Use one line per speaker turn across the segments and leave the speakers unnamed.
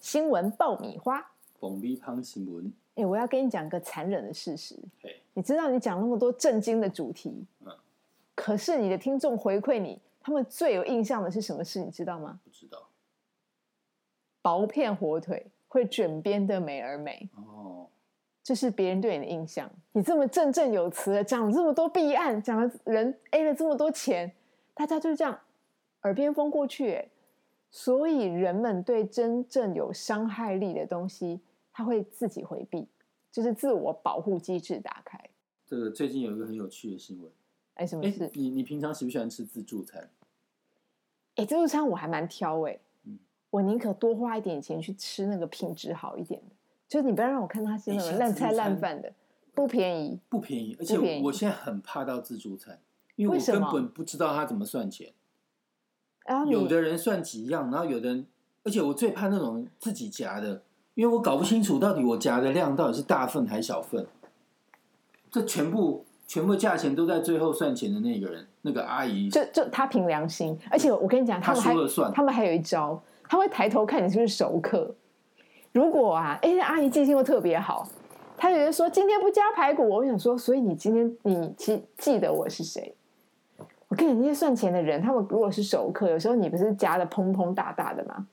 新闻爆米花。
蹦逼胖新闻，
哎、我要跟你讲个残忍的事实，
嘿，
你知道你讲那么多震惊的主题，
嗯
可是你的听众回馈你，他们最有印象的是什么事，你知道吗？
不知道
薄片火腿会卷边的美而美，
哦，
这是别人对你的印象。你这么振振有词的讲了这么多弊案，讲了人 A 了这么多钱，大家就这样耳边风过去耶。所以人们对真正有伤害力的东西，他会自己回避，就是自我保护机制打开。
这个最近有一个很有趣的新闻，
哎，什么
哎
事？，
你你平常喜不喜欢吃自助餐？
哎，自助餐我还蛮挑哎、
嗯
我宁可多花一点钱去吃那个品质好一点的，就是你不要让我看它是那
哎
种
像
烂
自助
菜烂
餐
饭的，不便宜。
不便宜，而且
不便宜
我现在很怕到自助餐，因
为
为我
什么
根本不知道他怎么算钱。
然后
有
你
的人算几样，然后有的人，而且我最怕那种自己夹的，因为我搞不清楚到底我夹的量到底是大份还是小份。这全部全部价钱都在最后算钱的那个人，那个阿姨，
就就他凭良心，而且我跟你讲，他
她
们还
说了算。
他们还有一招，他会抬头看你是不是熟客。如果啊，哎、那阿姨记性又特别好，她有人说今天不加排骨，我想说，所以你今天你记记得我是谁？我跟你那些算钱的人，他们如果是熟客，有时候你不是加的砰砰大大的吗？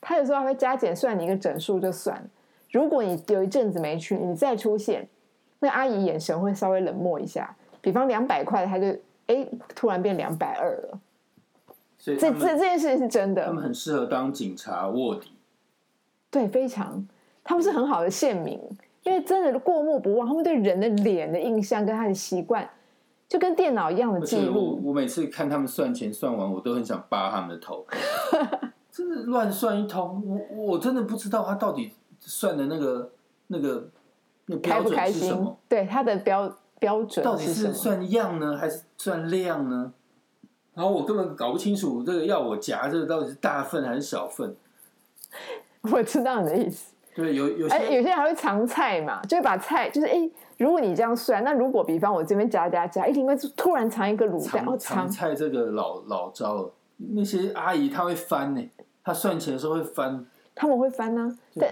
他有时候还会加减算你一个整数就算。如果你有一阵子没去，你再出现，那阿姨眼神会稍微冷漠一下。比方两百块，他就哎、突然变两百二了。
所以
这
他
这这
们
件事情是真的。
他们很适合当警察卧底。
对，非常，他们是很好的县民，因为真的过目不忘，他们对人的脸的印象跟他的习惯，就跟电脑一样的
而
记
且我
录。
我每次看他们算钱算完，我都很想扒他们的 头，真的乱算一通。我我真的不知道他到底算的那个那个那
开
标
不开
准是
心
什么，？
对他的标标准
到底
是什
是
么？
算样呢，还是算量呢？然后我根本搞不清楚这个要我夹这个到底是大份还是小份。
我知道你的意思。
对，有有些、
哎，有些人还会藏菜嘛，就会把菜，就是哎，如果你这样算，那如果比方我这边夹夹夹，哎，里面就突然藏一个卤蛋，哦，
常常
藏
菜这个老老招了，那些阿姨她会翻呢、她算钱的时候会翻，
他们会翻呢、
就
对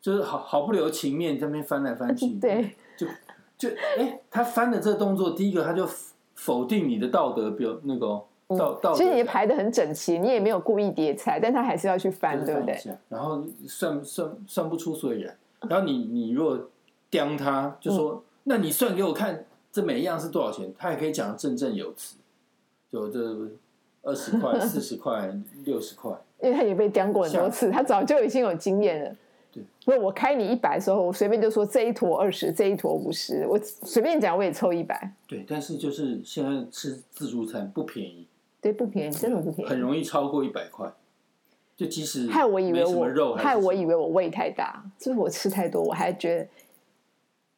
就是好好不留情面，在那边翻来翻去。
对，
就就哎、他翻的这个动作，第一个他就否定你的道德标那个哦道道德感，
嗯其实你排的很整齐，你也没有故意叠菜，但他还是要去翻，对不对
翻一？下？啊然后算算算不出所以然，然后你你如果刁他，就说、
嗯
那你算给我看，这每一样是多少钱？他也可以讲得振振有词，就这二 十块、四十块、六十块，
因为他也被刁过很多次，他早就已经有经验了。
啊对，
所以我开你一百的时候，我随便就说这一坨二十，这一坨五十，我随便讲我也凑一百，
对。但是就是现在吃自助餐不便宜，
对，不便宜，真的不便
很
宜。
容易超过一百块。就即使
害我以为
没什么
我，
肉还是什么，
害我以为我胃太大，就是我吃太多，我还觉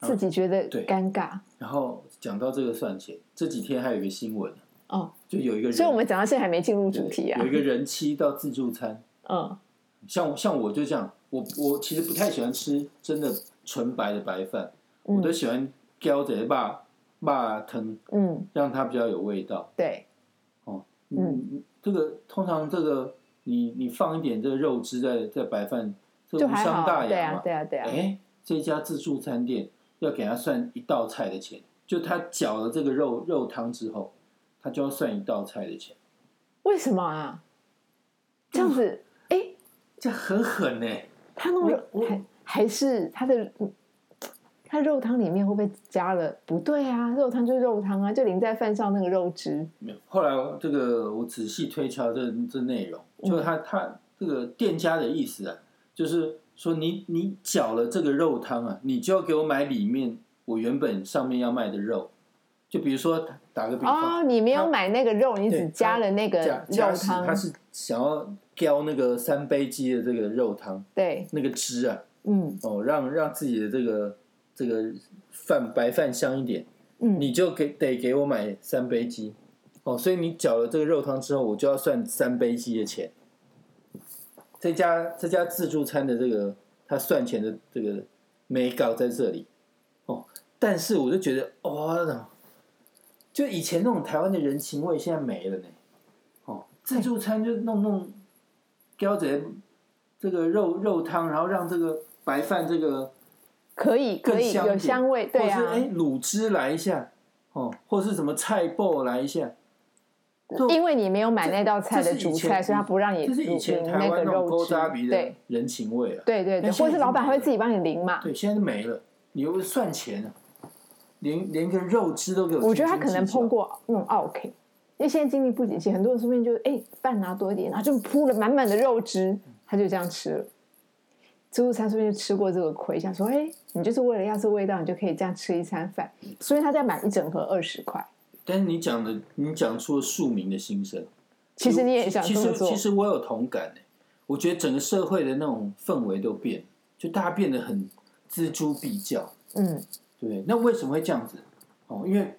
得自己觉得
嗯对
尴尬
然后讲到这个算钱，这几天还有一个新闻，
哦。
就有一个人，
所以我们讲到现在还没进入主题啊
有一，个人妻到自助餐，
嗯，
像像我就这样，我我其实不太喜欢吃真的纯白的白饭，
嗯
我都喜欢浇着把把汤，
嗯，
让它比较有味道。
对，
嗯，这个通常这个你你放一点这个肉汁在在白饭，这
就
无
还
伤
好，
大
对
雅
啊
嘛，。
对啊，对啊，
哎，这家自助餐店要给他算一道菜的钱，就他搅了这个肉肉汤之后，他就要算一道菜的钱，
为什么啊？这样
哦
子，哎，
这很狠呢、
他那个
我我
还还是他的，嗯他肉汤里面会不会加了？不对啊，肉汤就是肉汤啊，就淋在饭上那个肉汁。
没有，后来这个我仔细推敲这这内容，就是他他这个店家的意思啊，就是说你你搅了这个肉汤啊，你就要给我买里面我原本上面要卖的肉，就比如说打个比方，
哦，你没有
他
买那个肉，你只
对
加了那
假
个
假
肉
使他
汤。
是想要浇那个三杯鸡的这个肉汤
对，
那个汁啊，
嗯
哦，让让自己的这个这个饭白饭香一点，
嗯，
你就给得给我买三杯鸡，哦，所以你搅了这个肉汤之后，我就要算三杯鸡的钱。这家这家自助餐的这个他算钱的这个没搞在这里，哦，但是我就觉得哇、就以前那种台湾的人情味现在没了呢，哦，自助餐就弄弄，标准这个肉肉汤，然后让这个白饭这个，
可以
更
可以
香一
有
点
香味，
或
对
是
啊
哎，卤汁来一下，哦，或是什么菜爆来一下，就
因为你没有买那道菜的
这是以
主
前
菜，所以他不让你
这是以前
卤
台
那
湾
个
那种
肉
勾
汁
扎鼻，的
对
人情味啊。
对对对，
但现在
或者是老板
已经没
会
了
自己帮你淋嘛。
对，现在都没了，你又算钱啊，连连个肉汁都给我。
我觉得他可能碰，过那种 OK，因为现在经济不景气，很多人说不定就哎饭拿多一点，然后就铺了满满的肉汁，
嗯
他就这样吃了。自助餐说不定就吃过这个亏，想说哎，你就是为了要这味道，你就可以这样吃一餐饭，所以他再买一整盒二十块。
但是你讲的，你讲出了庶民的心声。
其实你也想
其
这么
实
做
其，实我有同感、欸、我觉得整个社会的那种氛围都变，就大家变得很锱铢必较。
嗯，
对，那为什么会这样子？哦，因为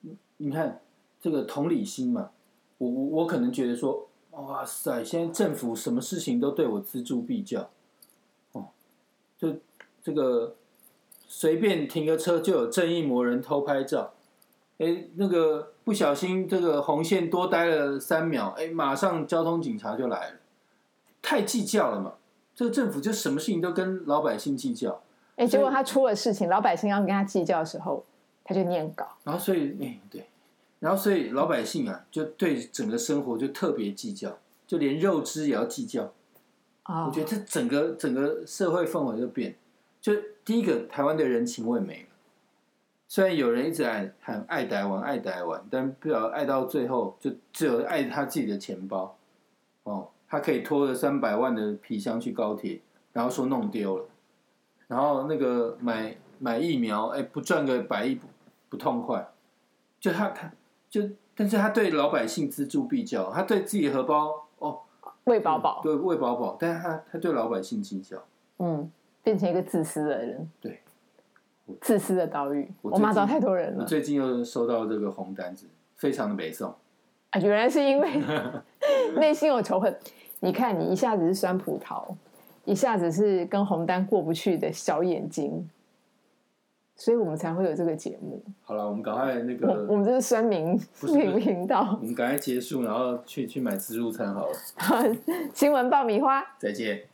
你你看这个同理心嘛，我我我可能觉得说，哇塞，现在政府什么事情都对我锱铢必较，哦，就这个随便停个车就有正义魔人偷拍照，哎，那个不小心这个红线多待了三秒，哎，马上交通警察就来了，太计较了嘛，这个政府就什么事情都跟老百姓计较。
哎，结
所以
果他出了事情，老百姓要跟他计较的时候，他就念稿。
然后所以，哎、对，然后所以老百姓啊，就对整个生活就特别计较，就连肉汁也要计较。
啊、
我觉得这整个整个社会氛围就变，就第一个台湾的人情味没了。虽然有人一直爱喊爱台湾爱台湾，但不晓得爱到最后就只有爱他自己的钱包。哦，他可以拖着三百万的皮箱去高铁，然后说弄丢了，然后那个买买疫苗，哎，不赚个百亿不不痛快。就他他就，但是他对老百姓锱铢必较，他对自己荷包哦
啊喂饱饱，
对喂饱饱，但是他他对老百姓计较。
嗯，变成一个自私的人，
对，
自私的岛屿。
我
我骂
最
到
近
太多人
我
了
最近又收到这个红单子，非常的北宋。
啊！原来是因 为内心有仇恨。你看，你一下子是酸葡萄，一下子是跟红单过不去的小眼睛，所以我们才会有这个节目。
好了，我们赶快那
我我
个，
们这是酸民
不是
频频道
我，们赶快结束，然后去去买自助餐好了。
新闻爆米花。
再见。